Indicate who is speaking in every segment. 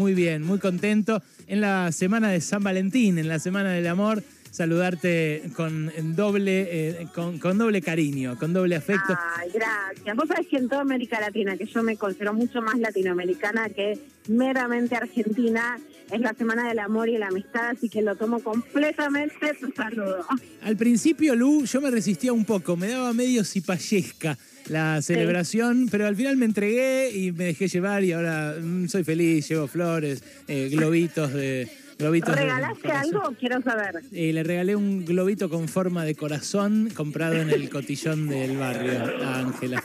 Speaker 1: Muy bien, muy contento. En la semana de San Valentín, en la semana del amor, saludarte con doble, eh, con, con, doble cariño, con doble afecto.
Speaker 2: Ay, gracias. Vos sabés que en toda América Latina, que yo me considero mucho más latinoamericana que meramente argentina, es la semana del amor y la amistad, así que lo tomo completamente tu saludo.
Speaker 1: Al principio, Lu, yo me resistía un poco, me daba medio cipayesca la celebración, sí. pero al final me entregué y me dejé llevar y ahora mmm, soy feliz, llevo flores, eh, globitos de... Globitos
Speaker 2: ¿Regalaste de algo? Quiero saber.
Speaker 1: Eh, le regalé un globito con forma de corazón comprado en el cotillón del barrio a Ángela.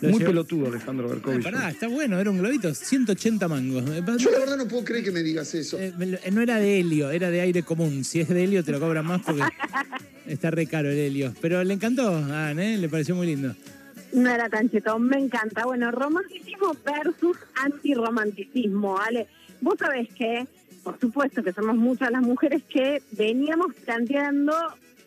Speaker 3: Muy llevo... pelotudo, Alejandro Berkovich.
Speaker 1: pará, está bueno, era un globito, 180 mangos.
Speaker 3: Yo la verdad no puedo creer que me digas eso.
Speaker 1: Eh, no era de helio, era de aire común. Si es de helio te lo cobran más porque está re caro el helio. Pero le encantó a ah, le pareció muy lindo.
Speaker 2: No era tan chetón, me encanta. Bueno, romanticismo versus antirromanticismo, ¿vale? Vos sabés que, por supuesto que somos muchas las mujeres que veníamos planteando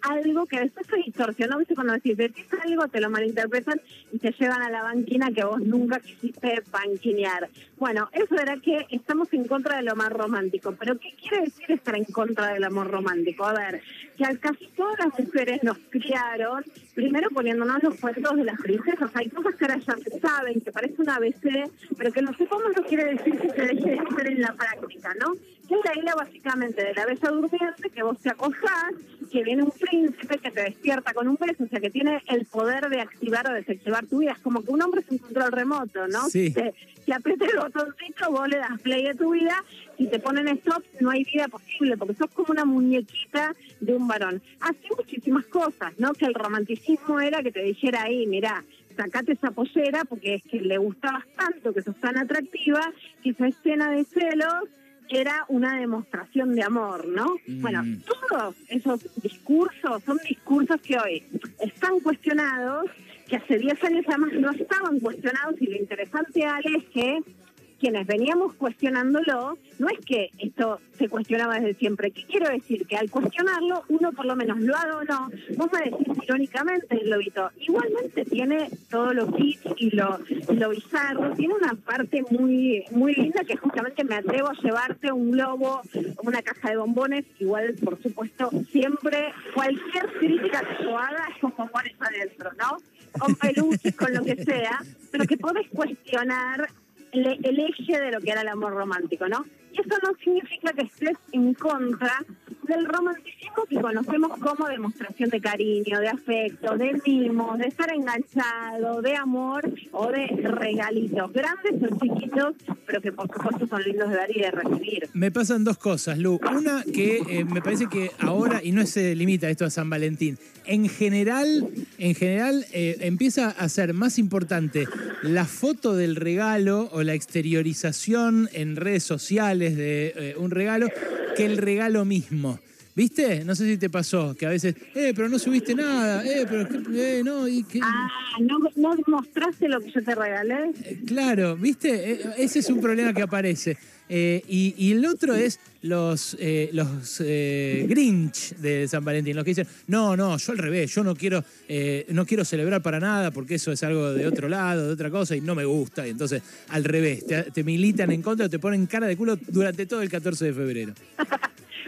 Speaker 2: algo que después se distorsionó, ¿viste? Cuando decís, decís algo, te lo malinterpretan y te llevan a la banquina que vos nunca quisiste banquinear. Bueno, eso era que estamos en contra de lo más romántico. Pero ¿qué quiere decir estar en contra del amor romántico? A ver, que a casi todas las mujeres nos criaron, primero poniéndonos los cuentos de las princesas. Hay cosas que ahora ya se saben, que parece una ABC, pero que no sepamos no quiere decir que se deje de hacer en la práctica, ¿no? Es la isla básicamente de la bella durmiente, que vos te acojás, que viene un príncipe que te despierta con un beso, o sea, que tiene el poder de activar o desactivar tu vida. Es como que un hombre es un control remoto, ¿no?
Speaker 1: Sí.
Speaker 2: Te, te aprieta el botoncito, vos le das play a tu vida, si te ponen stop, no hay vida posible, porque sos como una muñequita de un varón. Así muchísimas cosas, ¿no? Que el romanticismo era que te dijera ahí, mirá, sacate esa pollera, porque es que le gustabas tanto, que sos tan atractiva, que esa escena de celos era una demostración de amor, ¿no? Mm. Bueno, todos esos discursos son discursos que hoy están cuestionados, que hace 10 años además no estaban cuestionados y lo interesante, Ale, es que quienes veníamos cuestionándolo, no es que esto se cuestionaba desde siempre. ¿Qué quiero decir? Que al cuestionarlo, uno por lo menos lo haga o no, vos me decís irónicamente el lobito. Igualmente tiene todo lo kit y lo, lo bizarro, tiene una parte muy, muy linda que justamente me atrevo a llevarte un globo, una caja de bombones, igual por supuesto siempre cualquier crítica que yo haga es con bombones adentro, ¿no? Con peluches, con lo que sea, pero que podés cuestionar el, eje de lo que era el amor romántico, ¿no? Y eso no significa que estés en contra del romanticismo que conocemos como demostración de cariño, de afecto, de mimos, de estar enganchado, de amor o de regalitos, grandes o chiquitos, pero que por supuesto son lindos de dar y de recibir.
Speaker 1: Me pasan dos cosas, Lu. Una que eh, me parece que ahora, y no se limita esto a San Valentín, en general, en general eh, empieza a ser más importante la foto del regalo o la exteriorización en redes sociales de eh, un regalo que el regalo mismo. ¿Viste? No sé si te pasó, que a veces, eh, pero no subiste nada, eh, pero eh, no, y que...
Speaker 2: Ah, ¿no, no mostraste lo que yo te regalé.
Speaker 1: Eh, claro, ¿viste? E, ese es un problema que aparece. Eh, y, y, el otro es los, eh, los eh, Grinch de San Valentín, los que dicen, no, no, yo al revés, yo no quiero, eh, no quiero celebrar para nada porque eso es algo de otro lado, de otra cosa y no me gusta. Y entonces, al revés, te, te militan en contra, te ponen cara de culo durante todo el 14 de febrero.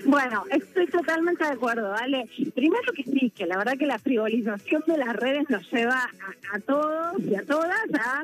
Speaker 2: Bueno, estoy totalmente de acuerdo, ¿vale? Primero que sí, que la verdad que la frivolización de las redes nos lleva a, a todos y a todas a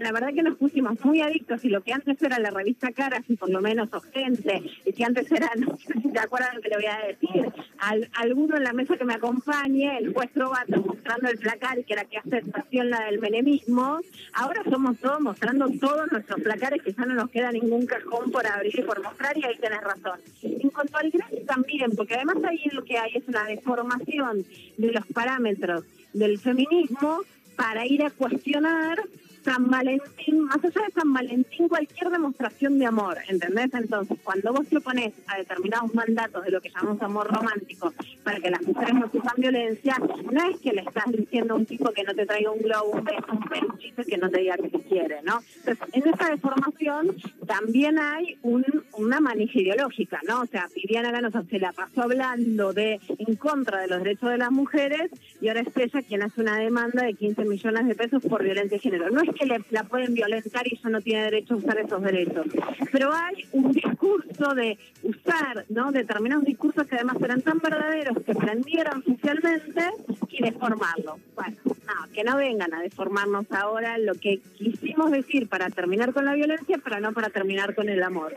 Speaker 2: la verdad que nos pusimos muy adictos y lo que antes era la revista Caras y por lo menos Ogente, y que antes era, no sé si te acuerdas lo que le voy a decir, al, alguno en la mesa que me acompañe, el juez Robato mostrando el placar que era que hace estación la del menemismo, ahora somos todos mostrando todos nuestros placares que ya no nos queda ningún cajón por abrir y por mostrar y ahí tenés razón. En cuanto al ingreso también, porque además ahí lo que hay es una deformación de los parámetros del feminismo para ir a cuestionar San Valentín, más allá de San Valentín, cualquier demostración de amor, ¿entendés? Entonces, cuando vos te opones a determinados mandatos de lo que llamamos amor romántico para que las mujeres no sufran violencia, no es que le estás diciendo a un tipo que no te traiga un globo, un beso, un peluchito que no te diga que te quiere, ¿no? Entonces, en esa deformación también hay un, una manija ideológica, ¿no? O sea, Viviana Ganosa se la pasó hablando de en contra de los derechos de las mujeres y ahora es ella quien hace una demanda de 15 millones de pesos por violencia de género. No es que le- la pueden violentar y ella no tiene derecho a usar esos derechos. Pero hay un discurso de usar ¿no? determinados discursos que además eran tan verdaderos que prendieron socialmente y deformarlo. Bueno, no, que no vengan a deformarnos ahora lo que quisimos decir para terminar con la violencia, pero no para terminar con el amor.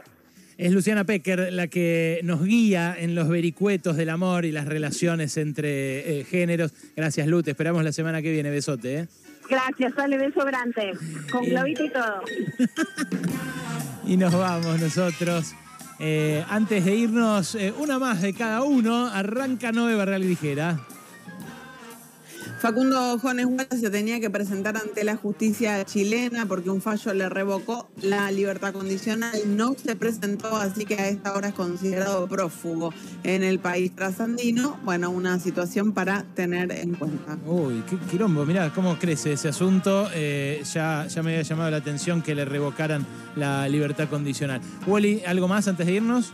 Speaker 1: Es Luciana Pecker la que nos guía en los vericuetos del amor y las relaciones entre eh, géneros. Gracias, Lu. Te esperamos la semana que viene. Besote, ¿eh?
Speaker 2: Gracias, Ale, beso grande. Con
Speaker 1: Bien.
Speaker 2: globito y todo.
Speaker 1: Y nos vamos nosotros. Eh, antes de irnos, eh, una más de cada uno. Arranca Noe Barral y Ligera.
Speaker 4: Facundo Jones Huerta se tenía que presentar ante la justicia chilena porque un fallo le revocó la libertad condicional. No se presentó, así que a esta hora es considerado prófugo en el país trasandino. Bueno, una situación para tener en cuenta.
Speaker 1: Uy, qué quilombo. Mirá cómo crece ese asunto. Eh, ya, ya me había llamado la atención que le revocaran la libertad condicional. Wally, ¿algo más antes de irnos?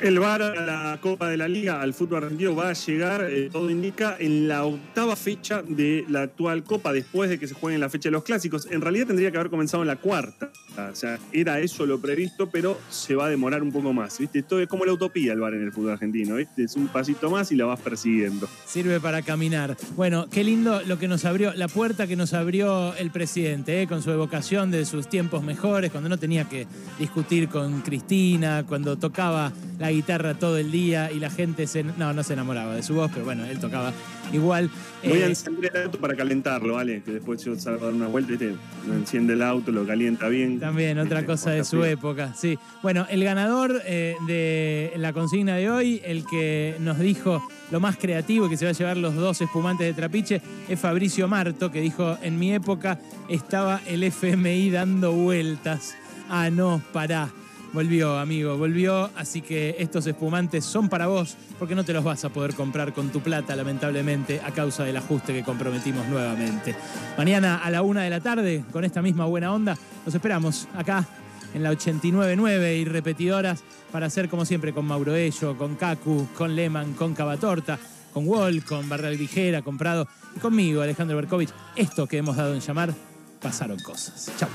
Speaker 5: El VAR a la Copa de la Liga al fútbol argentino va a llegar, eh, todo indica, en la octava fecha de la actual Copa, después de que se juegue en la fecha de los clásicos. En realidad tendría que haber comenzado en la cuarta. O sea, era eso lo previsto, pero se va a demorar un poco más. ¿viste? Esto es como la utopía el VAR en el fútbol argentino. ¿viste? Es un pasito más y la vas persiguiendo.
Speaker 1: Sirve para caminar. Bueno, qué lindo lo que nos abrió, la puerta que nos abrió el presidente, ¿eh? con su evocación de sus tiempos mejores, cuando no tenía que discutir con Cristina, cuando tocaba la guitarra todo el día y la gente se. No, no se enamoraba de su voz, pero bueno, él tocaba igual.
Speaker 5: Voy a
Speaker 1: Eh,
Speaker 5: encender el auto para calentarlo, ¿vale? Que después yo salgo a dar una vuelta, ¿viste? enciende el auto, lo calienta bien.
Speaker 1: También otra
Speaker 5: Este,
Speaker 1: cosa de su
Speaker 5: fotografía.
Speaker 1: época, sí. Bueno, el ganador eh, de la consigna de hoy, el que nos dijo lo más creativo y que se va a llevar los dos espumantes de trapiche, es Fabricio Marto, que dijo, en mi época estaba el FMI dando vueltas. Ah, no, pará. Volvió, amigo, volvió. Así que estos espumantes son para vos, porque no te los vas a poder comprar con tu plata, lamentablemente, a causa del ajuste que comprometimos nuevamente. Mañana a la una de la tarde, con esta misma buena onda, los esperamos acá en la 89.9 y repetidoras para hacer como siempre con Mauro Ello, con Cacu, con Lehman, con Cavatorta, con Wall, con Barral Vigera, con Prado y conmigo, Alejandro Berkovich. Esto que hemos dado en llamar, pasaron cosas. Chau.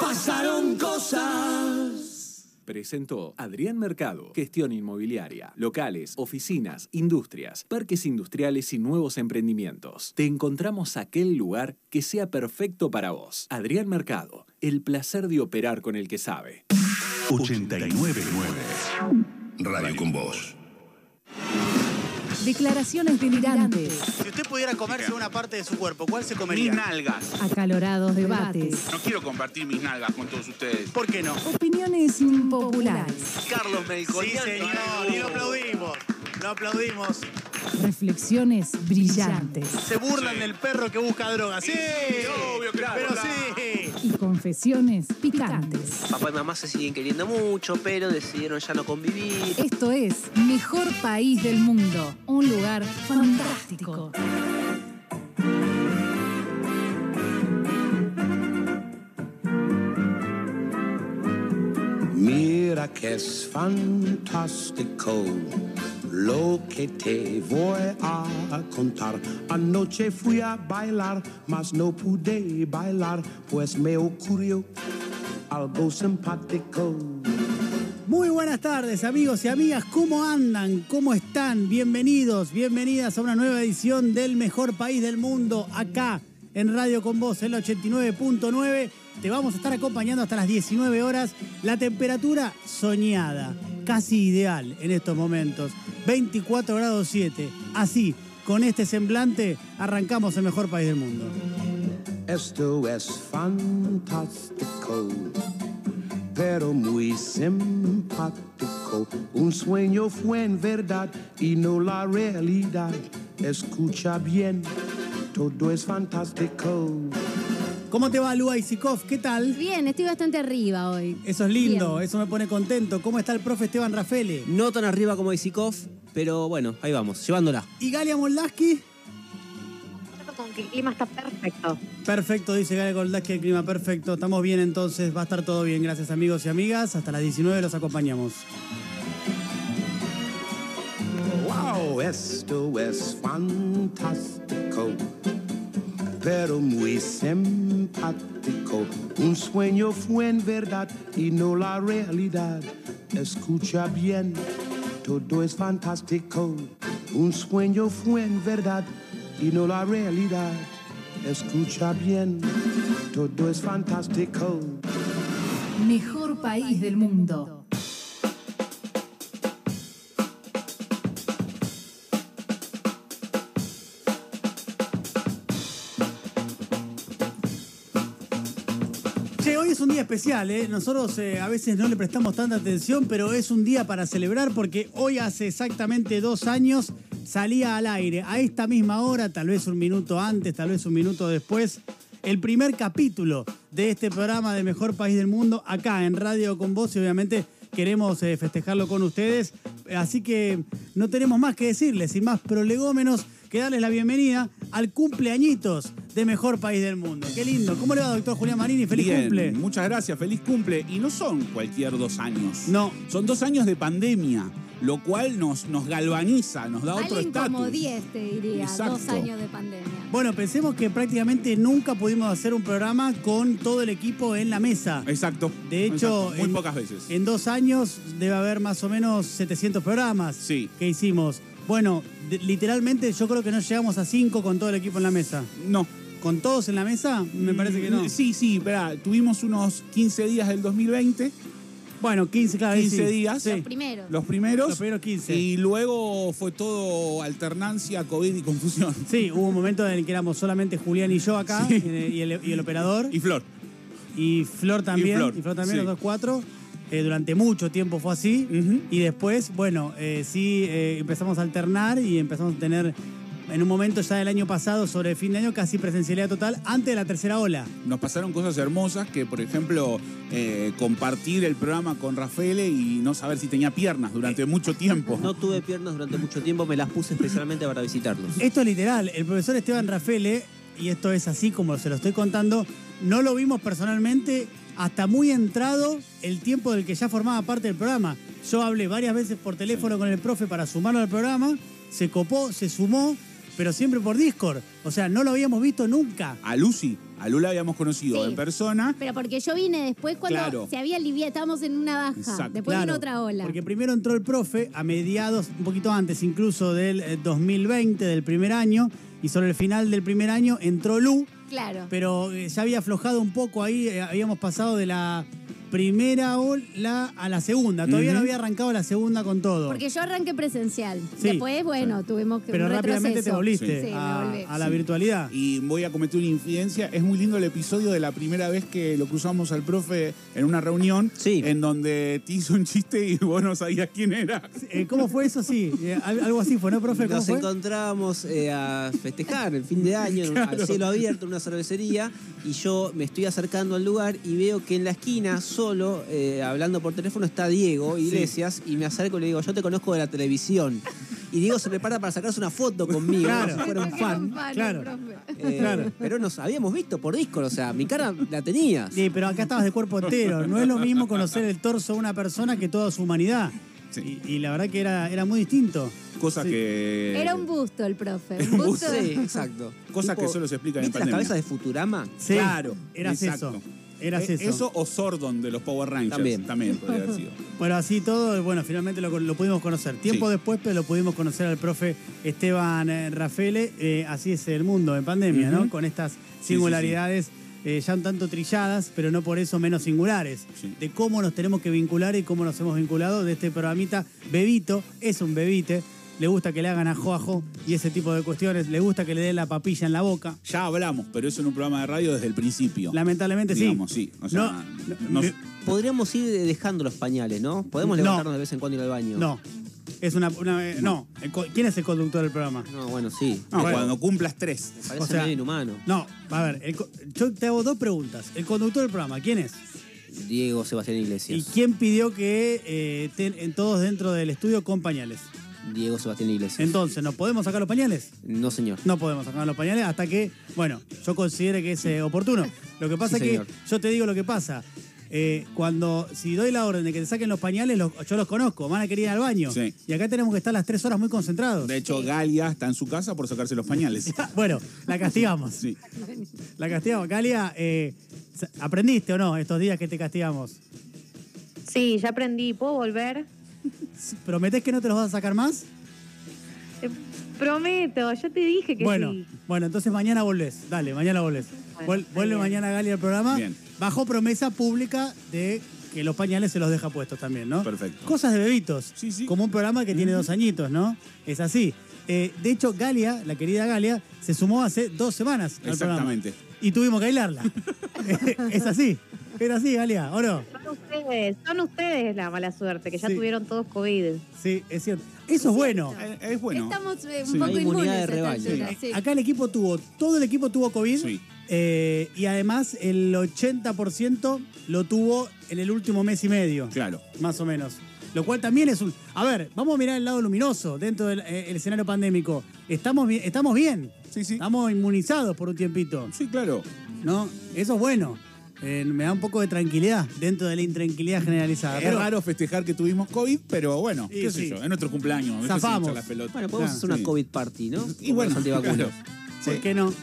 Speaker 6: Pasaron cosas. Presentó Adrián Mercado, gestión inmobiliaria, locales, oficinas, industrias, parques industriales y nuevos emprendimientos. Te encontramos aquel lugar que sea perfecto para vos. Adrián Mercado, el placer de operar con el que sabe.
Speaker 7: 899 Radio con vos.
Speaker 8: Declaraciones delirantes,
Speaker 9: Si usted pudiera comerse una parte de su cuerpo, ¿cuál se comería?
Speaker 10: nalgas.
Speaker 8: acalorados debates,
Speaker 10: No quiero compartir mis nalgas con todos ustedes.
Speaker 9: ¿Por qué no?
Speaker 8: opiniones impopulares,
Speaker 10: Carlos
Speaker 9: Sí,
Speaker 10: Melconian.
Speaker 9: señor, y lo aplaudimos. Lo aplaudimos.
Speaker 8: reflexiones brillantes
Speaker 9: Se burlan
Speaker 10: Sí.
Speaker 9: del perro que busca ¿eh? droga. Sí,
Speaker 10: Sí, obvio que claro,
Speaker 9: Pero
Speaker 10: claro.
Speaker 9: sí.
Speaker 8: y confesiones picantes.
Speaker 11: Papá y mamá se siguen queriendo mucho, pero decidieron ya no convivir.
Speaker 8: Esto es Mejor País del Mundo, un lugar fantástico.
Speaker 6: Mira que es fantástico lo que te voy a contar. Anoche fui a bailar, mas no pude bailar, pues me ocurrió algo simpático.
Speaker 12: Muy buenas tardes amigos y amigas, ¿cómo andan? ¿Cómo están? Bienvenidos, bienvenidas a una nueva edición del mejor país del mundo, acá en Radio Con Vos, en la 89.9. Te vamos a estar acompañando hasta las 19 horas. La temperatura soñada, casi ideal en estos momentos, 24 grados 7. Así, con este semblante, arrancamos el mejor país del mundo.
Speaker 6: Esto es fantástico, pero muy simpático. Un sueño fue en verdad y no la realidad. Escucha bien, todo es fantástico.
Speaker 12: ¿Cómo te va, Lua Isikov? ¿Qué tal?
Speaker 13: Bien, estoy bastante arriba hoy.
Speaker 12: Eso es lindo,
Speaker 13: Bien.
Speaker 12: eso me pone contento. ¿Cómo está el profe Esteban Rafele?
Speaker 11: No tan arriba como Isikov, pero bueno, ahí vamos, llevándola.
Speaker 12: ¿Y Galia Moldaski?
Speaker 2: Con que el clima está perfecto.
Speaker 12: Perfecto, dice Galia Moldaski, el clima perfecto. Estamos bien entonces, va a estar todo bien. Gracias amigos y amigas. Hasta las 19 los acompañamos.
Speaker 6: Wow, esto es fantástico, pero muy simpático.
Speaker 14: simpático. Un sueño fue en verdad y no la realidad. Escucha bien, todo es fantástico. Un sueño fue en verdad y no la realidad. Escucha bien, todo es fantástico.
Speaker 8: Mejor país del mundo.
Speaker 12: Che, hoy es un día especial, ¿eh? Nosotros eh, a veces no le prestamos tanta atención, pero es un día para celebrar porque hoy hace exactamente dos años salía al aire, a esta misma hora, tal vez un minuto antes, tal vez un minuto después, el primer capítulo de este programa de Mejor País del Mundo, acá en Radio con Vos, y obviamente queremos eh, festejarlo con ustedes. Así que no tenemos más que decirles, sin más prolegómenos, que darles la bienvenida al cumpleañitos de Mejor País del Mundo. Qué lindo. ¿Cómo le va, doctor Julián Marini? Feliz
Speaker 15: Bien,
Speaker 12: cumple.
Speaker 15: Muchas gracias, feliz cumple. Y no son cualquier dos años.
Speaker 12: No.
Speaker 15: Son dos años de pandemia, lo cual nos, nos galvaniza, nos da otro
Speaker 13: Valen
Speaker 15: estatus.
Speaker 13: como 10, te diría, dos
Speaker 15: Exacto.
Speaker 13: años de pandemia.
Speaker 12: Bueno, pensemos que prácticamente nunca pudimos hacer un programa con todo el equipo en la mesa.
Speaker 15: Exacto.
Speaker 12: De hecho,
Speaker 15: Exacto, muy
Speaker 12: en-
Speaker 15: pocas veces.
Speaker 12: En dos años debe haber más o menos 700 programas
Speaker 15: Sí.
Speaker 12: que hicimos. Bueno, de- literalmente yo creo que no llegamos a cinco con todo el equipo en la mesa.
Speaker 15: No.
Speaker 12: ¿Con todos en la mesa? Me parece que no.
Speaker 15: Mm, Sí, sí, espera, tuvimos unos 15 días del 2020.
Speaker 12: Bueno, 15, claro, ahí
Speaker 15: 15
Speaker 12: sí.
Speaker 15: días.
Speaker 12: Sí. Los
Speaker 13: primeros.
Speaker 15: Los primeros.
Speaker 12: Los primeros 15.
Speaker 15: Y luego fue todo alternancia, COVID y confusión.
Speaker 12: Sí, hubo un momento en el que éramos solamente Julián y yo acá, y, el, y el- y el operador.
Speaker 15: Y Flor.
Speaker 12: Y Flor también. Y
Speaker 15: Y Flor,
Speaker 12: Flor, también,
Speaker 15: sí.
Speaker 12: los dos cuatro. Eh, durante mucho tiempo fue así. Y después, bueno, eh, sí eh, empezamos a alternar y empezamos a tener, en un momento ya del año pasado, sobre el fin de año, casi presencialidad total antes de la tercera ola.
Speaker 15: Nos pasaron cosas hermosas que, por ejemplo, eh, compartir el programa con Rafael y no saber si tenía piernas durante mucho tiempo.
Speaker 11: No tuve piernas durante mucho tiempo, me las puse especialmente para visitarlos.
Speaker 12: Esto es literal. El profesor Esteban Rafele, y esto es así como se lo estoy contando, no lo vimos personalmente hasta muy entrado el tiempo del que ya formaba parte del programa. Yo hablé varias veces por teléfono con el profe para sumarlo al programa, se copó, se sumó, pero siempre por Discord. O sea, no lo habíamos visto nunca.
Speaker 15: A Lucy, a Lula habíamos conocido
Speaker 13: Sí.
Speaker 15: en persona.
Speaker 13: Pero porque yo vine después cuando
Speaker 15: Claro.
Speaker 13: se había aliviado, estábamos en una baja,
Speaker 15: Exacto.
Speaker 13: después en
Speaker 12: Claro,
Speaker 13: otra ola.
Speaker 12: Porque primero entró el profe a mediados, un poquito antes incluso del eh, 2020, del primer año, y sobre el final del primer año entró Lu,
Speaker 13: Claro.
Speaker 12: pero eh, ya había aflojado un poco ahí, eh, habíamos pasado de la primera ola a la segunda, todavía
Speaker 13: Ujú.
Speaker 12: no había arrancado la segunda con todo.
Speaker 13: Porque yo arranqué presencial.
Speaker 12: Sí.
Speaker 13: Después, bueno, tuvimos que
Speaker 12: Pero
Speaker 13: un
Speaker 12: rápidamente te
Speaker 13: retroceso.
Speaker 12: volviste
Speaker 13: Sí,
Speaker 12: a-
Speaker 13: me volví.
Speaker 12: a la virtualidad.
Speaker 15: Y voy a cometer una infidencia. Es muy lindo el episodio de la primera vez que lo cruzamos al profe en una reunión. En donde te hizo un chiste y vos no sabías quién era.
Speaker 12: Eh, ¿Cómo fue eso? Sí, eh, al- algo así fue, ¿no, profe? ¿Cómo
Speaker 11: Nos
Speaker 12: fue?
Speaker 11: encontrábamos eh, a festejar el fin de año en un-
Speaker 12: Claro.
Speaker 11: al cielo abierto en una cervecería y yo me estoy acercando al lugar y veo que en la esquina solo eh, hablando por teléfono está Diego Iglesias y me acerco y le digo yo te conozco de la televisión y Diego se prepara para sacarse una foto conmigo
Speaker 12: Claro.
Speaker 11: si fuera un
Speaker 12: Pensó que era un
Speaker 11: fan
Speaker 12: fan, Claro. el
Speaker 11: Eh,
Speaker 12: Claro.
Speaker 11: pero nos habíamos visto por Discord o sea mi cara la tenías
Speaker 12: Sí, pero acá estabas de cuerpo entero. No es lo mismo conocer el torso de una persona que toda su humanidad. Y, y la verdad que era, era muy distinto.
Speaker 15: Cosa que. eh,
Speaker 13: Era un busto el profe.
Speaker 15: Era
Speaker 13: Un
Speaker 15: un
Speaker 13: busto.
Speaker 15: busto.
Speaker 11: Sí, exacto.
Speaker 15: Cosas
Speaker 11: Tipo,
Speaker 15: que solo se explican en
Speaker 11: ¿viste las
Speaker 15: pandemia.
Speaker 11: cabezas de Futurama?
Speaker 12: Sí,
Speaker 15: Claro.
Speaker 12: eras
Speaker 15: exacto.
Speaker 12: eso, eras
Speaker 15: Eh,
Speaker 12: eso.
Speaker 15: o Sordon de los Power Rangers.
Speaker 11: También.
Speaker 15: También. podría haber sido.
Speaker 12: Bueno, así todo, bueno, finalmente lo, lo pudimos conocer. Tiempo
Speaker 15: Sí.
Speaker 12: después, pero lo pudimos conocer al profe Esteban eh, Rafele. Eh, así es el mundo en pandemia,
Speaker 15: Ujú.
Speaker 12: ¿no? Con estas
Speaker 15: sí,
Speaker 12: singularidades eh, ya un tanto trilladas, pero no por eso menos singulares. De cómo nos tenemos que vincular y cómo nos hemos vinculado de este programita. Bebito es un bebite. Le gusta que le hagan ajo ajo y ese tipo de cuestiones. Le gusta que le den la papilla en la boca.
Speaker 15: Ya hablamos, pero eso en un programa de radio desde el principio.
Speaker 12: Lamentablemente sí.
Speaker 15: Digamos, sí. O sea, no-
Speaker 11: Podríamos ir dejando los pañales, ¿no? Podemos
Speaker 12: No.
Speaker 11: levantarnos de vez en cuando y ir al baño.
Speaker 12: No. Es una. una- eh, no. El co- ¿Quién es el conductor del programa?
Speaker 11: No, bueno, sí.
Speaker 12: No, Bueno.
Speaker 15: cuando cumplas tres.
Speaker 11: Me parece
Speaker 12: O sea,
Speaker 11: medio inhumano.
Speaker 12: No, a ver, el co- yo te hago dos preguntas. El conductor del programa, ¿quién es?
Speaker 11: Diego Sebastián
Speaker 12: ¿Y
Speaker 11: Iglesias.
Speaker 12: quién pidió que eh, estén en- todos dentro del estudio con pañales?
Speaker 11: Diego Sebastián Iglesias.
Speaker 12: Entonces, ¿nos podemos sacar los pañales?
Speaker 11: No, señor.
Speaker 12: No podemos sacar los pañales hasta que, bueno, yo considere que es eh, oportuno. Lo que
Speaker 11: Sí,
Speaker 12: pasa es que
Speaker 11: señor.
Speaker 12: yo te digo lo que pasa. eh, cuando, si doy la orden de que te saquen los pañales, los- yo los conozco, van a querer ir al baño.
Speaker 15: Sí.
Speaker 12: Y acá tenemos que estar las tres horas muy concentrados.
Speaker 15: De hecho, Galia está en su casa por sacarse los pañales.
Speaker 12: bueno, la castigamos.
Speaker 15: Sí.
Speaker 12: La castigamos. Galia, eh, sa- ¿aprendiste o no estos días que te castigamos?
Speaker 16: Sí, ya aprendí. ¿Puedo volver?
Speaker 12: ¿Prometés que no te los vas a sacar más?
Speaker 16: Eh, Prometo, ya te dije que
Speaker 12: bueno,
Speaker 16: sí.
Speaker 12: bueno, entonces mañana volvés. Dale, mañana volvés.
Speaker 16: Bueno,
Speaker 12: Vuel-
Speaker 16: está
Speaker 12: vuelve
Speaker 16: bien.
Speaker 12: mañana Galia al programa.
Speaker 15: Bien.
Speaker 12: Bajo promesa pública de que los pañales se los deja puestos también, ¿no?
Speaker 15: Perfecto.
Speaker 12: Cosas de bebitos. Como un programa que tiene dos añitos, ¿no? Es así. Eh, de hecho, Galia, la querida Galia, se sumó hace dos semanas al programa.
Speaker 15: Exactamente.
Speaker 12: Y tuvimos que bailarla. es así. Es así, Galia, ¿o no?
Speaker 16: Son ustedes, son ustedes la mala suerte, que ya
Speaker 12: Sí.
Speaker 16: tuvieron todos COVID.
Speaker 12: Sí, es cierto. Eso es bueno.
Speaker 15: Es
Speaker 13: Estamos eh,
Speaker 12: Sí.
Speaker 13: un poco
Speaker 12: Hay
Speaker 13: inmunes
Speaker 12: inmunidad
Speaker 13: a
Speaker 12: de
Speaker 13: esta
Speaker 12: rebaño.
Speaker 13: altura.
Speaker 12: Sí.
Speaker 13: sí.
Speaker 12: Acá el equipo tuvo, todo el equipo tuvo COVID. eh, y además el 80% lo tuvo en el último mes y medio.
Speaker 15: Claro.
Speaker 12: Más o menos. Lo cual también es un... A ver, vamos a mirar el lado luminoso dentro del eh, el escenario pandémico. Estamos, bi- estamos bien. Estamos inmunizados por un tiempito.
Speaker 15: Sí, claro.
Speaker 12: ¿No? Eso es bueno. Eh, me da un poco de tranquilidad dentro de la intranquilidad generalizada.
Speaker 15: Es
Speaker 12: Ah, Pero-
Speaker 15: raro festejar que tuvimos COVID, pero bueno, qué sé
Speaker 12: sí.
Speaker 15: yo, es nuestro cumpleaños. a veces se
Speaker 12: Zafamos.
Speaker 15: hincha la pelota.
Speaker 12: Bueno, podemos hacer una
Speaker 15: COVID
Speaker 11: party, ¿no?
Speaker 15: Ah, Y bueno,
Speaker 11: Con los antivacunas.
Speaker 15: claro.
Speaker 12: ¿Por
Speaker 15: Sí.
Speaker 12: qué no?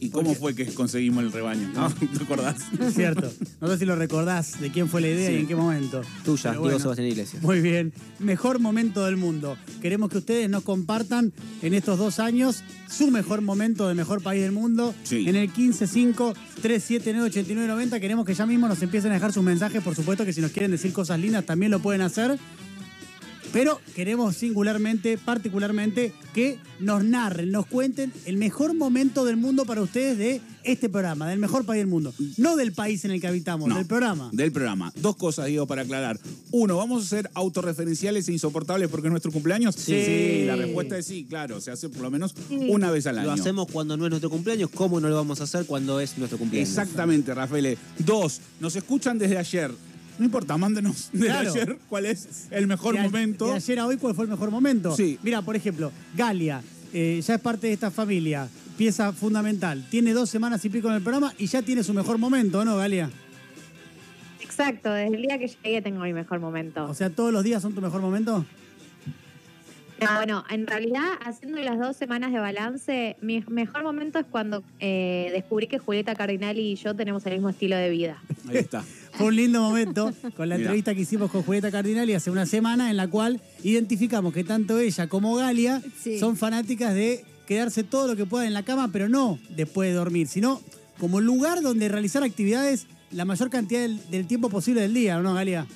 Speaker 15: ¿Y cómo fue que conseguimos el rebaño? ¿No?
Speaker 12: Ah.
Speaker 15: ¿Te acordás?
Speaker 12: Es cierto. No sé si lo recordás de quién fue la idea
Speaker 15: Sí.
Speaker 12: y en qué momento.
Speaker 11: Tuya,
Speaker 12: Pero
Speaker 11: Diego
Speaker 12: bueno.
Speaker 11: Sebastián Iglesias.
Speaker 12: Muy bien. Mejor momento del mundo. Queremos que ustedes nos compartan en estos dos años su mejor momento de mejor país del mundo.
Speaker 15: Sí.
Speaker 12: En el 1553798990 queremos que ya mismo nos empiecen a dejar sus mensajes. Por supuesto que si nos quieren decir cosas lindas también lo pueden hacer. Pero queremos singularmente, particularmente, que nos narren, nos cuenten el mejor momento del mundo para ustedes de este programa, del mejor país del mundo. No del país en el que habitamos,
Speaker 15: No.
Speaker 12: del programa.
Speaker 15: Del programa. Dos cosas, Diego, para aclarar. Uno, ¿vamos a ser autorreferenciales e insoportables porque es nuestro cumpleaños?
Speaker 11: Sí.
Speaker 15: la respuesta es sí, claro. Se hace por lo menos
Speaker 11: Sí.
Speaker 15: una vez al año.
Speaker 11: Lo hacemos cuando no es nuestro cumpleaños, ¿cómo no lo vamos a hacer cuando es nuestro cumpleaños?
Speaker 15: Exactamente, Rafael. Dos, nos escuchan desde ayer. No importa, mándenos desde
Speaker 12: Claro.
Speaker 15: ayer cuál es el mejor
Speaker 12: de a-
Speaker 15: momento.
Speaker 12: de ayer a hoy, ¿cuál fue el mejor momento?
Speaker 15: Sí.
Speaker 12: Mira, por ejemplo, Galia eh, ya es parte de esta familia, pieza fundamental. Tiene dos semanas y pico en el programa y ya tiene su mejor momento, ¿no, Galia?
Speaker 16: Exacto, desde el día que llegué tengo mi mejor momento.
Speaker 12: O sea, ¿todos los días son tu mejor momento?
Speaker 16: No, bueno, en realidad, haciendo las dos semanas de balance, mi mejor momento es cuando eh, descubrí que Julieta Cardinali y yo tenemos el mismo estilo de vida.
Speaker 15: Ahí está.
Speaker 12: Fue un lindo momento con la
Speaker 15: Mirá.
Speaker 12: entrevista que hicimos con Julieta Cardinali hace una semana, en la cual identificamos que tanto ella como Galia
Speaker 13: Sí.
Speaker 12: son fanáticas de quedarse todo lo que pueda en la cama, pero no después de dormir, sino como lugar donde realizar actividades la mayor cantidad del, del tiempo posible del día, ¿o no, Galia?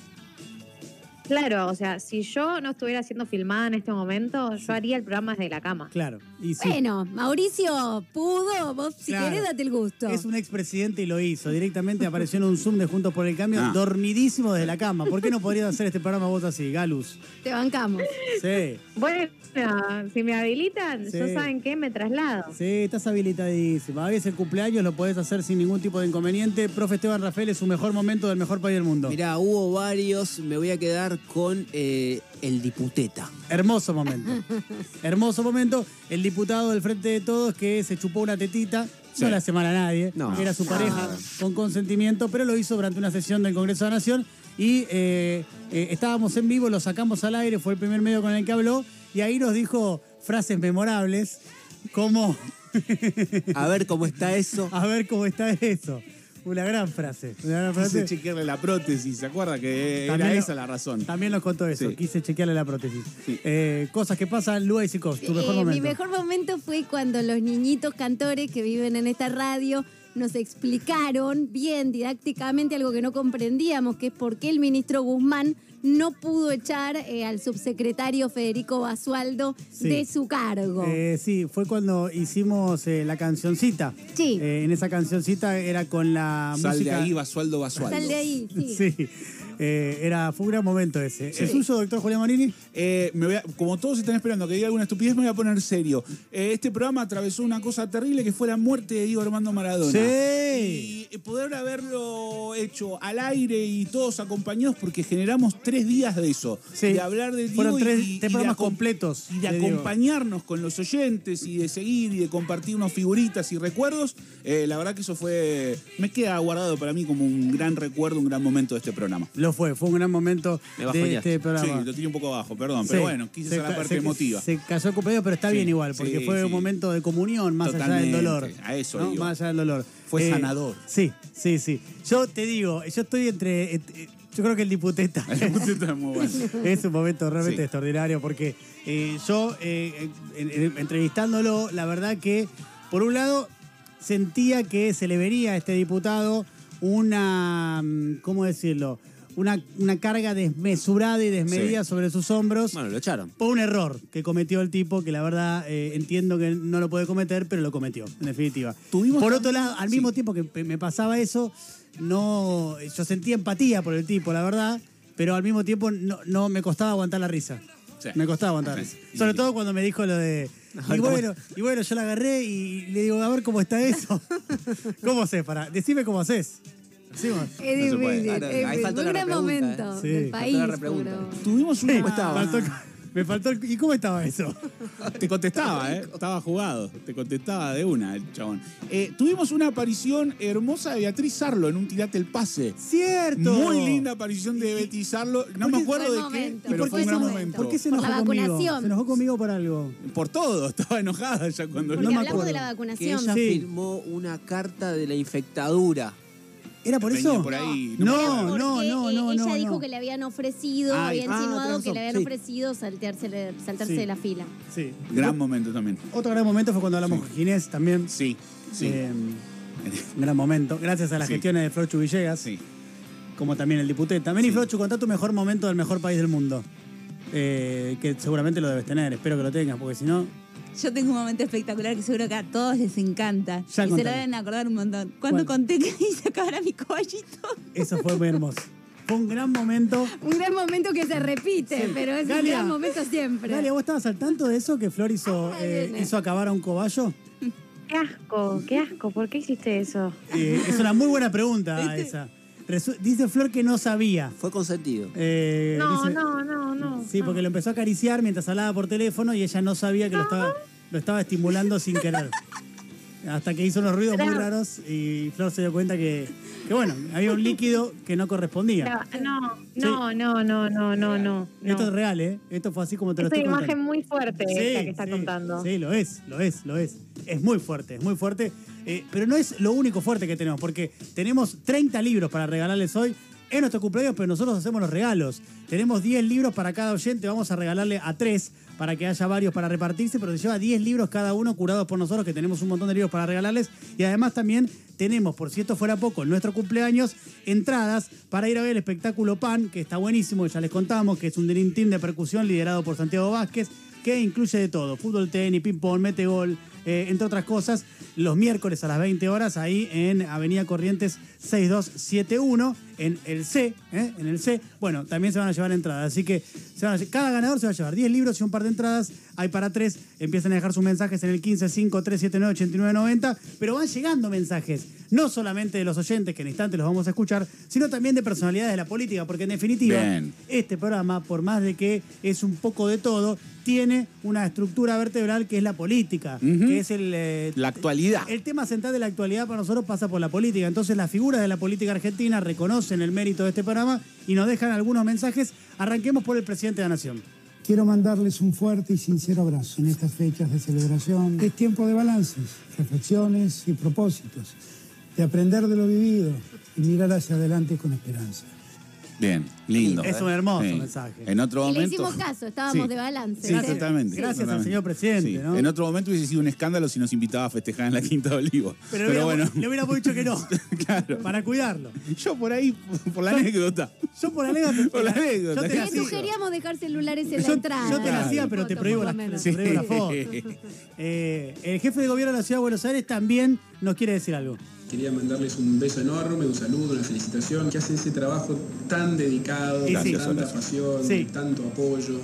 Speaker 16: Claro, o sea, si yo no estuviera siendo filmada en este momento, yo haría el programa desde la cama.
Speaker 12: Claro. Y sí.
Speaker 13: Bueno, Mauricio pudo, vos si
Speaker 12: Claro.
Speaker 13: querés date el gusto.
Speaker 12: Es un expresidente y lo hizo. Directamente apareció en un Zoom de Juntos por el Cambio,
Speaker 15: Ah.
Speaker 12: dormidísimo desde la cama. ¿Por qué no podrías hacer este programa vos así, Galus?
Speaker 13: Te bancamos.
Speaker 12: Sí,
Speaker 16: Bueno, si me habilitan,
Speaker 12: Sí.
Speaker 16: yo saben qué, me traslado.
Speaker 12: sí, estás habilitadísima. Hoy es el cumpleaños, lo podés hacer sin ningún tipo de inconveniente. Profe Esteban Rafael es su mejor momento del mejor país del mundo.
Speaker 11: Mirá, hubo varios, me voy a quedar con eh, el diputeta.
Speaker 12: Hermoso momento. Hermoso momento. El diputado del Frente de Todos que se chupó una tetita. No
Speaker 11: Sí.
Speaker 12: la semana a nadie.
Speaker 11: No.
Speaker 12: Era su
Speaker 11: No.
Speaker 12: pareja con consentimiento, pero lo hizo durante una sesión del Congreso de la Nación. Y eh, eh, estábamos en vivo, lo sacamos al aire, fue el primer medio con el que habló. Y ahí nos dijo frases memorables como...
Speaker 11: A ver cómo está eso.
Speaker 12: A ver cómo está eso. Una gran frase. Una gran frase.
Speaker 15: Quise chequearle la prótesis, ¿se acuerda? Que
Speaker 12: También
Speaker 15: era
Speaker 12: lo-
Speaker 15: esa la razón.
Speaker 12: También nos contó eso.
Speaker 15: Sí.
Speaker 12: Quise chequearle la prótesis. Eh, cosas que pasan, Lua y Sicos, tu mejor
Speaker 13: Eh,
Speaker 12: momento.
Speaker 13: Mi mejor momento fue cuando los niñitos cantores que viven en esta radio nos explicaron bien didácticamente algo que no comprendíamos, que es por qué el ministro Guzmán no pudo echar eh, al subsecretario Federico Basualdo
Speaker 12: Sí.
Speaker 13: de su cargo.
Speaker 12: Eh, sí, fue cuando hicimos eh, la cancioncita.
Speaker 13: Sí.
Speaker 12: Eh, en esa cancioncita era con la
Speaker 15: Sal de
Speaker 12: música.
Speaker 15: ahí, Basualdo, Basualdo.
Speaker 13: Sal de ahí, sí.
Speaker 12: Sí. Eh, era, fue un gran momento ese.
Speaker 15: Sí.
Speaker 12: ¿Es suyo, doctor Julián Marini?
Speaker 15: Eh, me voy a- como todos están esperando que diga alguna estupidez, me voy a poner serio. Eh, este programa atravesó una cosa terrible que fue la muerte de Diego Armando Maradona.
Speaker 12: Sí.
Speaker 15: Y poder haberlo hecho al aire y todos acompañados porque generamos tres tres días de eso. De hablar de Diego
Speaker 12: Fueron tres-
Speaker 15: y,
Speaker 12: tres
Speaker 15: y de,
Speaker 12: programas
Speaker 15: acom-
Speaker 12: completos
Speaker 15: y de
Speaker 12: de Diego.
Speaker 15: acompañarnos con los oyentes y de seguir y de compartir unas figuritas y recuerdos. Eh, la verdad que eso fue. Me queda guardado para mí como un gran recuerdo, un gran momento de este programa.
Speaker 12: Lo fue, fue un gran momento
Speaker 15: Me
Speaker 12: de este programa.
Speaker 15: Sí, lo tiré un poco abajo, perdón. Pero
Speaker 12: Sí.
Speaker 15: bueno, quise
Speaker 12: Se
Speaker 15: ser la
Speaker 12: ca-
Speaker 15: parte
Speaker 12: se-
Speaker 15: emotiva.
Speaker 12: Se casó con Pedro, pero está
Speaker 15: Sí,
Speaker 12: bien igual, porque
Speaker 15: sí,
Speaker 12: fue un
Speaker 15: sí.
Speaker 12: momento de comunión, más allá
Speaker 15: Totalmente,
Speaker 12: del dolor.
Speaker 15: a eso
Speaker 12: ¿no?
Speaker 15: digo.
Speaker 12: Más allá del dolor. Eh,
Speaker 15: Fue sanador.
Speaker 12: Sí, sí, sí. Yo te digo, yo estoy entre. eh, eh, yo creo que el diputeta. es un momento realmente
Speaker 15: Sí.
Speaker 12: extraordinario porque eh, yo, eh, en- en- entrevistándolo, la verdad que, por un lado, sentía que se le vería a este diputado una, mm, ¿cómo decirlo? Una, una carga desmesurada y desmedida sobre sus hombros.
Speaker 11: Bueno, lo echaron.
Speaker 12: Por un error que cometió el tipo, que la verdad eh, entiendo que no lo puede cometer, pero lo cometió, en definitiva. por otro lado, al mismo tiempo que pe- me pasaba eso, no, yo sentía empatía por el tipo, la verdad, pero al mismo tiempo no, no me costaba aguantar la risa.
Speaker 15: Sí.
Speaker 12: Me costaba aguantar la risa. Sobre todo cuando me dijo lo de. Y
Speaker 15: ver, ¿cómo
Speaker 12: bueno, y bueno, yo la agarré y le digo, a ver cómo está eso. ¿Cómo haces? Para, decime cómo haces.
Speaker 13: Es
Speaker 12: No se puede.
Speaker 13: difícil.
Speaker 12: Ahora,
Speaker 13: es
Speaker 12: ahí faltó
Speaker 13: un
Speaker 12: la
Speaker 13: gran
Speaker 12: repregunta,
Speaker 13: momento
Speaker 12: ¿eh?
Speaker 13: del
Speaker 12: Sí.
Speaker 13: país.
Speaker 12: Faltó la repregunta.
Speaker 13: pero-
Speaker 15: Tuvimos una.
Speaker 12: Faltó- me faltó el- ¿Y cómo estaba eso?
Speaker 15: Te contestaba, ¿eh? Estaba jugado. Te contestaba de una el chabón. Eh, tuvimos una aparición hermosa de Beatriz Sarlo en un tirate el pase.
Speaker 12: ¡Cierto!
Speaker 15: Muy linda aparición de Beatriz Sarlo. No me acuerdo de qué, pero fue un gran momento.
Speaker 12: ¿Por qué se
Speaker 13: Por la
Speaker 12: enojó conmigo?
Speaker 13: vacunación.
Speaker 12: Se enojó conmigo por algo.
Speaker 15: Por todo. Estaba enojada ya cuando
Speaker 13: Porque hablamos de la vacunación.
Speaker 11: Que ella firmó una carta de la infectadura.
Speaker 12: ¿Era por
Speaker 11: Venía
Speaker 12: eso?
Speaker 11: por ahí,
Speaker 12: No,
Speaker 11: no me
Speaker 12: no,
Speaker 11: acuerdo.
Speaker 12: no,
Speaker 13: Porque,
Speaker 12: no,
Speaker 13: eh,
Speaker 12: no.
Speaker 13: ella
Speaker 12: no.
Speaker 13: dijo que le habían ofrecido,
Speaker 15: Ay,
Speaker 13: había
Speaker 15: ah,
Speaker 13: insinuado
Speaker 15: tenés
Speaker 13: que le habían
Speaker 15: razón, sí.
Speaker 13: ofrecido saltarse, saltarse
Speaker 12: Sí.
Speaker 13: de la fila.
Speaker 12: Sí.
Speaker 15: Gran momento también.
Speaker 12: Otro gran momento fue cuando hablamos con Ginés también.
Speaker 15: Sí, sí.
Speaker 12: Eh, gran momento. Gracias a las
Speaker 15: Sí.
Speaker 12: gestiones de Flochu Villegas. Como también el diputado. También, y Flochu, contá tu mejor momento del mejor país del mundo. Eh, que seguramente lo debes tener. Espero que lo tengas, porque si no.
Speaker 17: Yo tengo un momento espectacular que seguro que a todos les encanta.
Speaker 12: Ya
Speaker 17: y se
Speaker 12: contalo.
Speaker 17: lo deben acordar un montón. Cuando conté que se acabará mi caballito.
Speaker 12: Eso fue muy hermoso. Fue un gran momento.
Speaker 13: Un gran momento que se repite,
Speaker 12: Sí. ah.
Speaker 13: pero es
Speaker 12: Galia.
Speaker 13: un gran momento siempre.
Speaker 12: Galia, ¿vos estabas al tanto de eso que Flor hizo, eh,
Speaker 13: viene.
Speaker 12: hizo acabar a un cobayo?
Speaker 16: Qué asco, qué asco. ¿Por qué hiciste eso?
Speaker 12: Eh, es una muy buena pregunta esa. Resu- dice Flor que no sabía. Eh,
Speaker 11: Fue consentido.
Speaker 16: No, no, no, no.
Speaker 12: Sí, porque lo empezó a acariciar mientras hablaba por teléfono y ella no sabía que lo estaba, lo estaba estimulando sin querer. Hasta que hizo unos ruidos muy
Speaker 16: Claro.
Speaker 12: raros y Flor se dio cuenta que, que, bueno, había un líquido que no correspondía.
Speaker 16: No, no, no, no, no, no, no.
Speaker 12: Esto es real, ¿eh? Esto fue así como te lo
Speaker 16: Es una
Speaker 12: estoy contando.
Speaker 16: imagen muy fuerte esta
Speaker 12: Sí,
Speaker 16: que está
Speaker 12: sí,
Speaker 16: contando.
Speaker 12: Sí, lo es, lo es, lo es. Es muy fuerte, es muy fuerte. Eh, pero no es lo único fuerte que tenemos, porque tenemos 30 libros para regalarles hoy. Es nuestro cumpleaños, pero nosotros hacemos los regalos. Tenemos 10 libros para cada oyente, vamos a regalarle a 3 para que haya varios para repartirse, pero se lleva 10 libros cada uno curados por nosotros, que tenemos un montón de libros para regalarles. Y además también tenemos, por si esto fuera poco, en nuestro cumpleaños, entradas para ir a ver el espectáculo Pan, que está buenísimo, ya les contamos, que es un dream team de percusión liderado por Santiago Vázquez, que incluye de todo, fútbol, tenis, ping-pong, mete gol, eh, entre otras cosas, los miércoles a las 20 horas ahí en Avenida Corrientes 6271, en el C, ¿eh? en el C. Bueno, también se van a llevar entradas, así que se van a lle- cada ganador se va a llevar 10 libros y un par de entradas, hay para tres, empiezan a dejar sus mensajes en el 1553798990, pero van llegando mensajes, no solamente de los oyentes, que en instantes los vamos a escuchar, sino también de personalidades de la política, porque en definitiva...
Speaker 15: Bien.
Speaker 12: Este programa, por más de que es un poco de todo, tiene una estructura vertebral que es la política, que es el, eh,
Speaker 15: La actualidad.
Speaker 12: el tema central de la actualidad para nosotros pasa por la política. Entonces las figuras de la política argentina reconocen el mérito de este programa y nos dejan algunos mensajes. Arranquemos por el presidente de la Nación.
Speaker 18: Quiero mandarles un fuerte y sincero abrazo en estas fechas de celebración. Es tiempo de balances, reflexiones y propósitos, de aprender de lo vivido y mirar hacia adelante con esperanza.
Speaker 15: Bien, lindo.
Speaker 12: Es un hermoso
Speaker 15: Sí.
Speaker 12: mensaje.
Speaker 15: En otro
Speaker 13: Y le
Speaker 15: momento.
Speaker 13: hicimos caso, estábamos
Speaker 15: Sí.
Speaker 13: de balance.
Speaker 15: Sí,
Speaker 13: ¿eh?
Speaker 15: totalmente.
Speaker 12: Gracias al
Speaker 15: totalmente.
Speaker 12: señor presidente,
Speaker 15: Sí.
Speaker 12: ¿no?
Speaker 15: En otro momento hubiese sido un escándalo si nos invitaba a festejar en la Quinta de Olivo. Pero,
Speaker 12: le, hubiéramos-
Speaker 15: bueno,
Speaker 12: le hubiéramos dicho que no. Para cuidarlo.
Speaker 15: Yo por ahí, por la anécdota.
Speaker 12: Yo por la anécdota.
Speaker 15: Por la anécdota.
Speaker 12: Yo te
Speaker 13: Le
Speaker 12: la sigo.
Speaker 13: sugeríamos dejar celulares en la
Speaker 12: Yo-
Speaker 13: entrada.
Speaker 12: yo te la hacía,
Speaker 13: Sí,
Speaker 12: pero te
Speaker 13: foto,
Speaker 12: prohíbo
Speaker 13: por lo
Speaker 12: las-
Speaker 13: menos.
Speaker 12: te prohíbo las fotos. Eh, el jefe de gobierno de la ciudad de Buenos Aires también nos quiere decir algo.
Speaker 19: Quería mandarles un beso enorme, un saludo, una felicitación, que hacen ese trabajo tan dedicado,
Speaker 12: Y sí.
Speaker 19: con tanta pasión,
Speaker 12: Sí.
Speaker 19: tanto apoyo,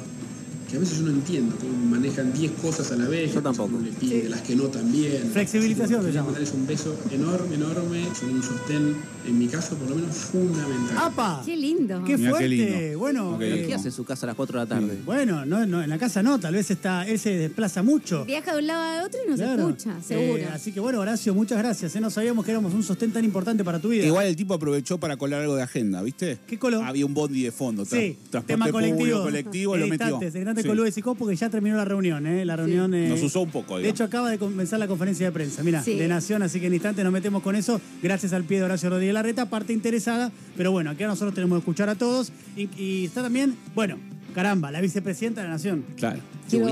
Speaker 19: que a veces yo no entiendo cómo manejan 10 cosas a la vez. Yo tampoco. Le pide, las que no también.
Speaker 12: Flexibilización se llama.
Speaker 19: Darles un beso enorme, enorme. Son un sostén, en mi caso, por lo menos fundamental.
Speaker 12: ¡Apa!
Speaker 13: Qué lindo.
Speaker 12: ¡Qué fuerte! Bueno,
Speaker 11: ¿Pero
Speaker 12: eh,
Speaker 11: ¿Qué hace en su casa a las 4 de la tarde?
Speaker 12: bueno no, no, en la casa no, tal vez está, él se desplaza mucho.
Speaker 13: Viaja de un lado a otro y no
Speaker 12: Claro.
Speaker 13: se escucha, seguro.
Speaker 12: Eh, así que bueno, Horacio, muchas gracias. eh, No sabíamos que éramos un sostén tan importante para tu vida.
Speaker 15: Igual el tipo aprovechó para colar algo de agenda, ¿viste? ¿Qué coló? Había un bondi de fondo. tra-
Speaker 12: Sí,
Speaker 15: transporte
Speaker 12: tema
Speaker 15: público,
Speaker 12: colectivo.
Speaker 15: colectivo lo metió.
Speaker 12: Instantes, el grande
Speaker 15: Sí.
Speaker 12: Coludo de Sicó, porque ya terminó la reunión, ¿eh? La reunión. eh,
Speaker 15: Nos usó un poco,
Speaker 12: De
Speaker 15: digamos.
Speaker 12: hecho, acaba de comenzar la conferencia de prensa, mira,
Speaker 15: Sí.
Speaker 12: de Nación, así que en instantes nos metemos con eso, gracias al pie de Horacio Rodríguez Larreta, parte interesada, pero bueno, aquí ahora nosotros tenemos que escuchar a todos y, y está también, bueno, caramba, la vicepresidenta de la Nación.
Speaker 15: Claro,
Speaker 20: Quiero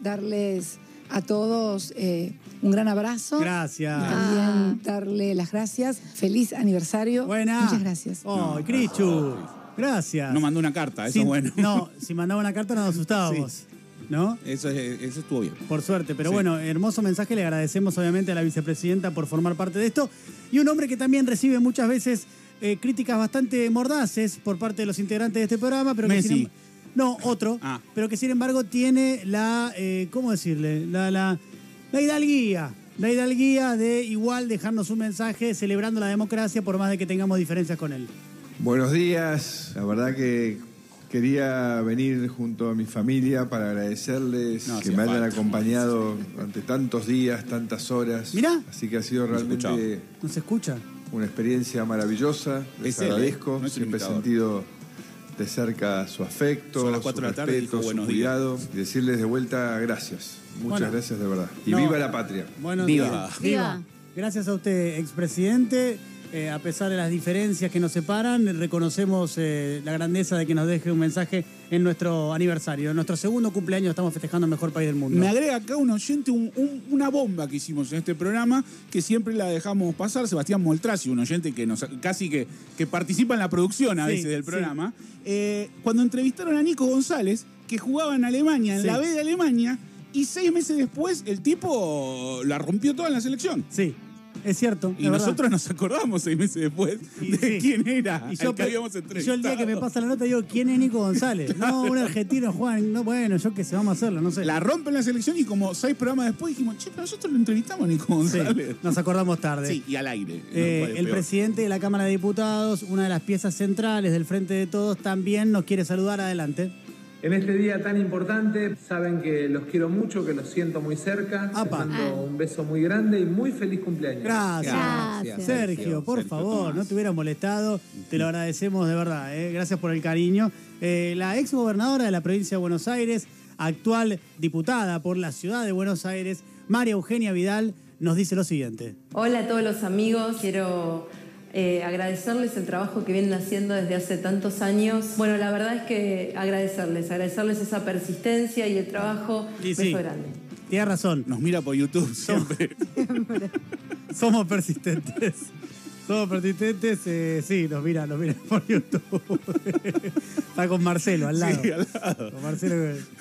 Speaker 20: darles a todos eh, un gran abrazo.
Speaker 12: Gracias.
Speaker 20: Y
Speaker 16: Ah.
Speaker 20: También darle las gracias. Feliz aniversario. Muchas gracias.
Speaker 12: ¡Ay, Crichu! Gracias.
Speaker 15: No mandó una carta, eso
Speaker 12: Si-
Speaker 15: es bueno.
Speaker 12: ah. No, si mandaba una carta nos asustábamos. ¿No?
Speaker 15: Eso, es- eso estuvo bien.
Speaker 12: Por suerte, pero
Speaker 15: Sí.
Speaker 12: bueno, hermoso mensaje. Le agradecemos obviamente a la vicepresidenta por formar parte de esto. Y un hombre que también recibe muchas veces eh, críticas bastante mordaces por parte de los integrantes de este programa, pero que
Speaker 15: Messi. Ah.
Speaker 12: sin em- No, otro. Pero que sin embargo tiene la. eh, ¿Cómo decirle? La, la, la hidalguía. La hidalguía de igual dejarnos un mensaje celebrando la democracia por más de que tengamos diferencias con él.
Speaker 21: Buenos días, la verdad que quería venir junto a mi familia para agradecerles
Speaker 15: No,
Speaker 21: que
Speaker 15: hacía
Speaker 21: me hayan
Speaker 15: falta.
Speaker 21: acompañado durante tantos días, tantas horas.
Speaker 12: Mirá.
Speaker 21: Así que ha sido realmente
Speaker 12: ¿No se escucha?
Speaker 21: una experiencia maravillosa. Les
Speaker 15: Es él, ¿eh?
Speaker 21: agradezco,
Speaker 15: No es el
Speaker 21: siempre he
Speaker 15: imitador.
Speaker 21: sentido de cerca su afecto,
Speaker 15: Son las cuatro
Speaker 21: su
Speaker 15: de la tarde,
Speaker 21: respeto,
Speaker 15: dijo,
Speaker 21: su
Speaker 15: "Buenos días".
Speaker 21: cuidado. Y decirles de vuelta gracias, muchas
Speaker 12: Bueno.
Speaker 21: gracias de verdad. Y
Speaker 12: No.
Speaker 22: eh,
Speaker 21: viva la patria.
Speaker 12: Buenos días. Gracias a usted, expresidente. Eh, a pesar de las diferencias que nos separan, reconocemos eh, la grandeza de que nos deje un mensaje en nuestro aniversario. En nuestro segundo cumpleaños estamos festejando el mejor país del mundo.
Speaker 15: Me agrega acá un oyente un- un- una bomba que hicimos en este programa, que siempre la dejamos pasar. Sebastián Moltraci, un oyente que nos, casi que, que participa en la producción a
Speaker 12: Sí,
Speaker 15: veces del
Speaker 12: sí.
Speaker 15: programa. Eh, cuando entrevistaron a Nico González, que jugaba en Alemania, en
Speaker 12: Sí.
Speaker 15: la B de Alemania, y seis meses después el tipo la rompió toda en la selección.
Speaker 12: Sí, es cierto.
Speaker 15: Y
Speaker 12: es verdad.
Speaker 15: nosotros nos acordamos seis meses después de quién era.
Speaker 12: Y
Speaker 15: al
Speaker 12: yo, pe-
Speaker 15: que habíamos
Speaker 12: y yo el día que me
Speaker 15: entrevistado.
Speaker 12: pasa la nota digo, ¿quién es Nico González? No, un argentino, Juan. No, bueno, yo qué sé, vamos a hacerlo, no sé.
Speaker 15: La rompen la selección y como seis programas después dijimos, che, pero nosotros lo entrevistamos a Nico
Speaker 12: Sí,
Speaker 15: González.
Speaker 12: nos acordamos tarde.
Speaker 15: Sí, y al aire.
Speaker 12: Eh,
Speaker 15: lo cual es
Speaker 12: el
Speaker 15: peor.
Speaker 12: presidente de la Cámara de Diputados, una de las piezas centrales del Frente de Todos, también nos quiere saludar. Adelante.
Speaker 22: En este día tan importante, saben que los quiero mucho, que los siento muy cerca. Les mando un beso muy grande y muy feliz cumpleaños.
Speaker 12: Gracias. Sergio, por favor, no te hubiera molestado. Te lo agradecemos de verdad. eh. Gracias por el cariño. Eh, la ex gobernadora de la provincia de Buenos Aires, actual diputada por la ciudad de Buenos Aires, María Eugenia Vidal, nos dice lo siguiente.
Speaker 23: Hola a todos los amigos, quiero eh, agradecerles el trabajo que vienen haciendo desde hace tantos años. Bueno, la verdad es que agradecerles, agradecerles esa persistencia y el trabajo.
Speaker 12: Y
Speaker 23: Beso
Speaker 12: sí.
Speaker 23: grande.
Speaker 12: Tienes razón.
Speaker 15: Nos mira por YouTube siempre.
Speaker 12: Somos persistentes. Somos persistentes, eh, sí, nos mira, nos mira por YouTube. Está con Marcelo al lado.
Speaker 15: Sí, al lado.
Speaker 12: Con Marcelo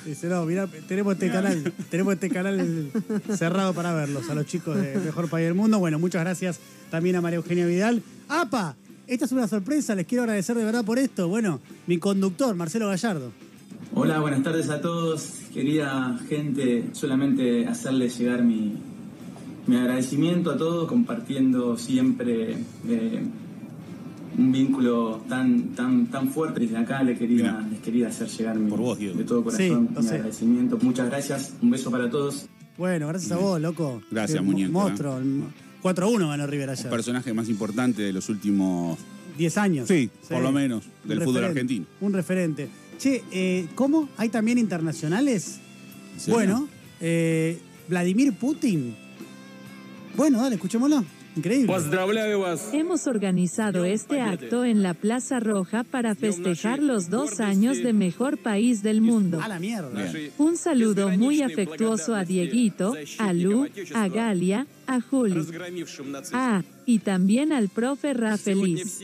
Speaker 12: que dice, no, mira, tenemos este canal, tenemos este canal cerrado para verlos, a los chicos de Mejor País del Mundo. Bueno, muchas gracias también a María Eugenia Vidal. ¡Apa! Esta es una sorpresa, les quiero agradecer de verdad por esto. Bueno, mi conductor, Marcelo Gallardo.
Speaker 24: Hola, buenas tardes a todos. Querida gente, solamente hacerles llegar mi, mi agradecimiento a todos, compartiendo siempre eh, un vínculo tan, tan, tan fuerte. Desde acá les quería, les quería hacer llegar mi, de todo
Speaker 12: Sí,
Speaker 24: corazón
Speaker 12: lo
Speaker 24: mi
Speaker 12: sé.
Speaker 24: agradecimiento. Muchas gracias, un beso para todos.
Speaker 12: Bueno, gracias a vos, loco.
Speaker 15: Gracias,
Speaker 12: Qué mo-
Speaker 15: muñeco.
Speaker 12: Monstruo. 4 a 1 ganó River
Speaker 15: El
Speaker 12: ayer.
Speaker 15: personaje más importante de los últimos.
Speaker 12: 10 años.
Speaker 15: Sí, por lo menos,
Speaker 12: Un
Speaker 15: del fútbol
Speaker 12: referente,
Speaker 15: argentino.
Speaker 12: Un referente. Che, eh, ¿cómo? ¿Hay también internacionales?
Speaker 15: serio?
Speaker 12: Bueno, eh, Vladimir Putin. Bueno, dale, escuchémoslo. Increíble.
Speaker 25: Hemos organizado este acto en la Plaza Roja para festejar los dos años de mejor país del mundo.
Speaker 12: A Ah, la mierda.
Speaker 25: Bien. Un saludo muy
Speaker 12: este,
Speaker 25: afectuoso a Dieguito, a Lu, a Galia, a Juli, ah, y también al profe Rafeliz.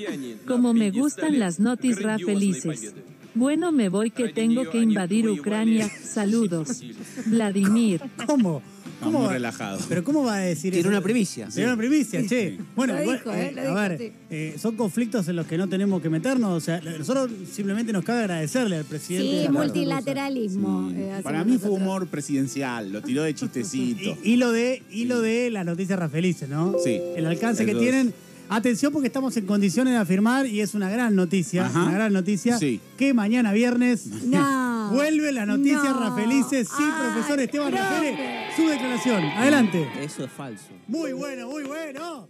Speaker 25: Como me gustan las notis Rafelices. Bueno, me voy que tengo que invadir Ucrania. Saludos. Vladimir.
Speaker 12: ¿Cómo? ¿Cómo
Speaker 15: muy
Speaker 12: va?
Speaker 15: relajado.
Speaker 12: Pero ¿cómo va a decir
Speaker 15: Tiene
Speaker 12: eso?
Speaker 15: una primicia.
Speaker 12: Tiene una primicia, che. Bueno,
Speaker 15: Lo
Speaker 12: igual,
Speaker 15: dijo,
Speaker 12: eh,
Speaker 15: eh, lo
Speaker 12: a
Speaker 15: dijo,
Speaker 12: ver,
Speaker 15: sí.
Speaker 12: eh, son conflictos en los que no tenemos que meternos. O sea, nosotros simplemente nos cabe agradecerle al presidente. de
Speaker 13: Sí,
Speaker 12: la República.
Speaker 13: multilateralismo. eh, hacemos
Speaker 15: Para mí fue
Speaker 13: nosotros.
Speaker 15: humor presidencial, lo tiró de chistecito.
Speaker 12: Hilo de, hilo de las noticias rafelices, ¿no?
Speaker 15: Sí.
Speaker 12: El alcance que
Speaker 15: Eso es.
Speaker 12: tienen. Atención porque estamos en condiciones de afirmar y es una gran noticia,
Speaker 15: Ajá.
Speaker 12: una gran noticia,
Speaker 15: Sí.
Speaker 12: que mañana viernes
Speaker 13: No.
Speaker 12: vuelve las noticias
Speaker 13: No.
Speaker 12: rafelices. Sí, profesor Esteban
Speaker 13: profe.
Speaker 12: Rafele, su declaración. Adelante.
Speaker 11: Eso es falso.
Speaker 12: Muy bueno, muy bueno.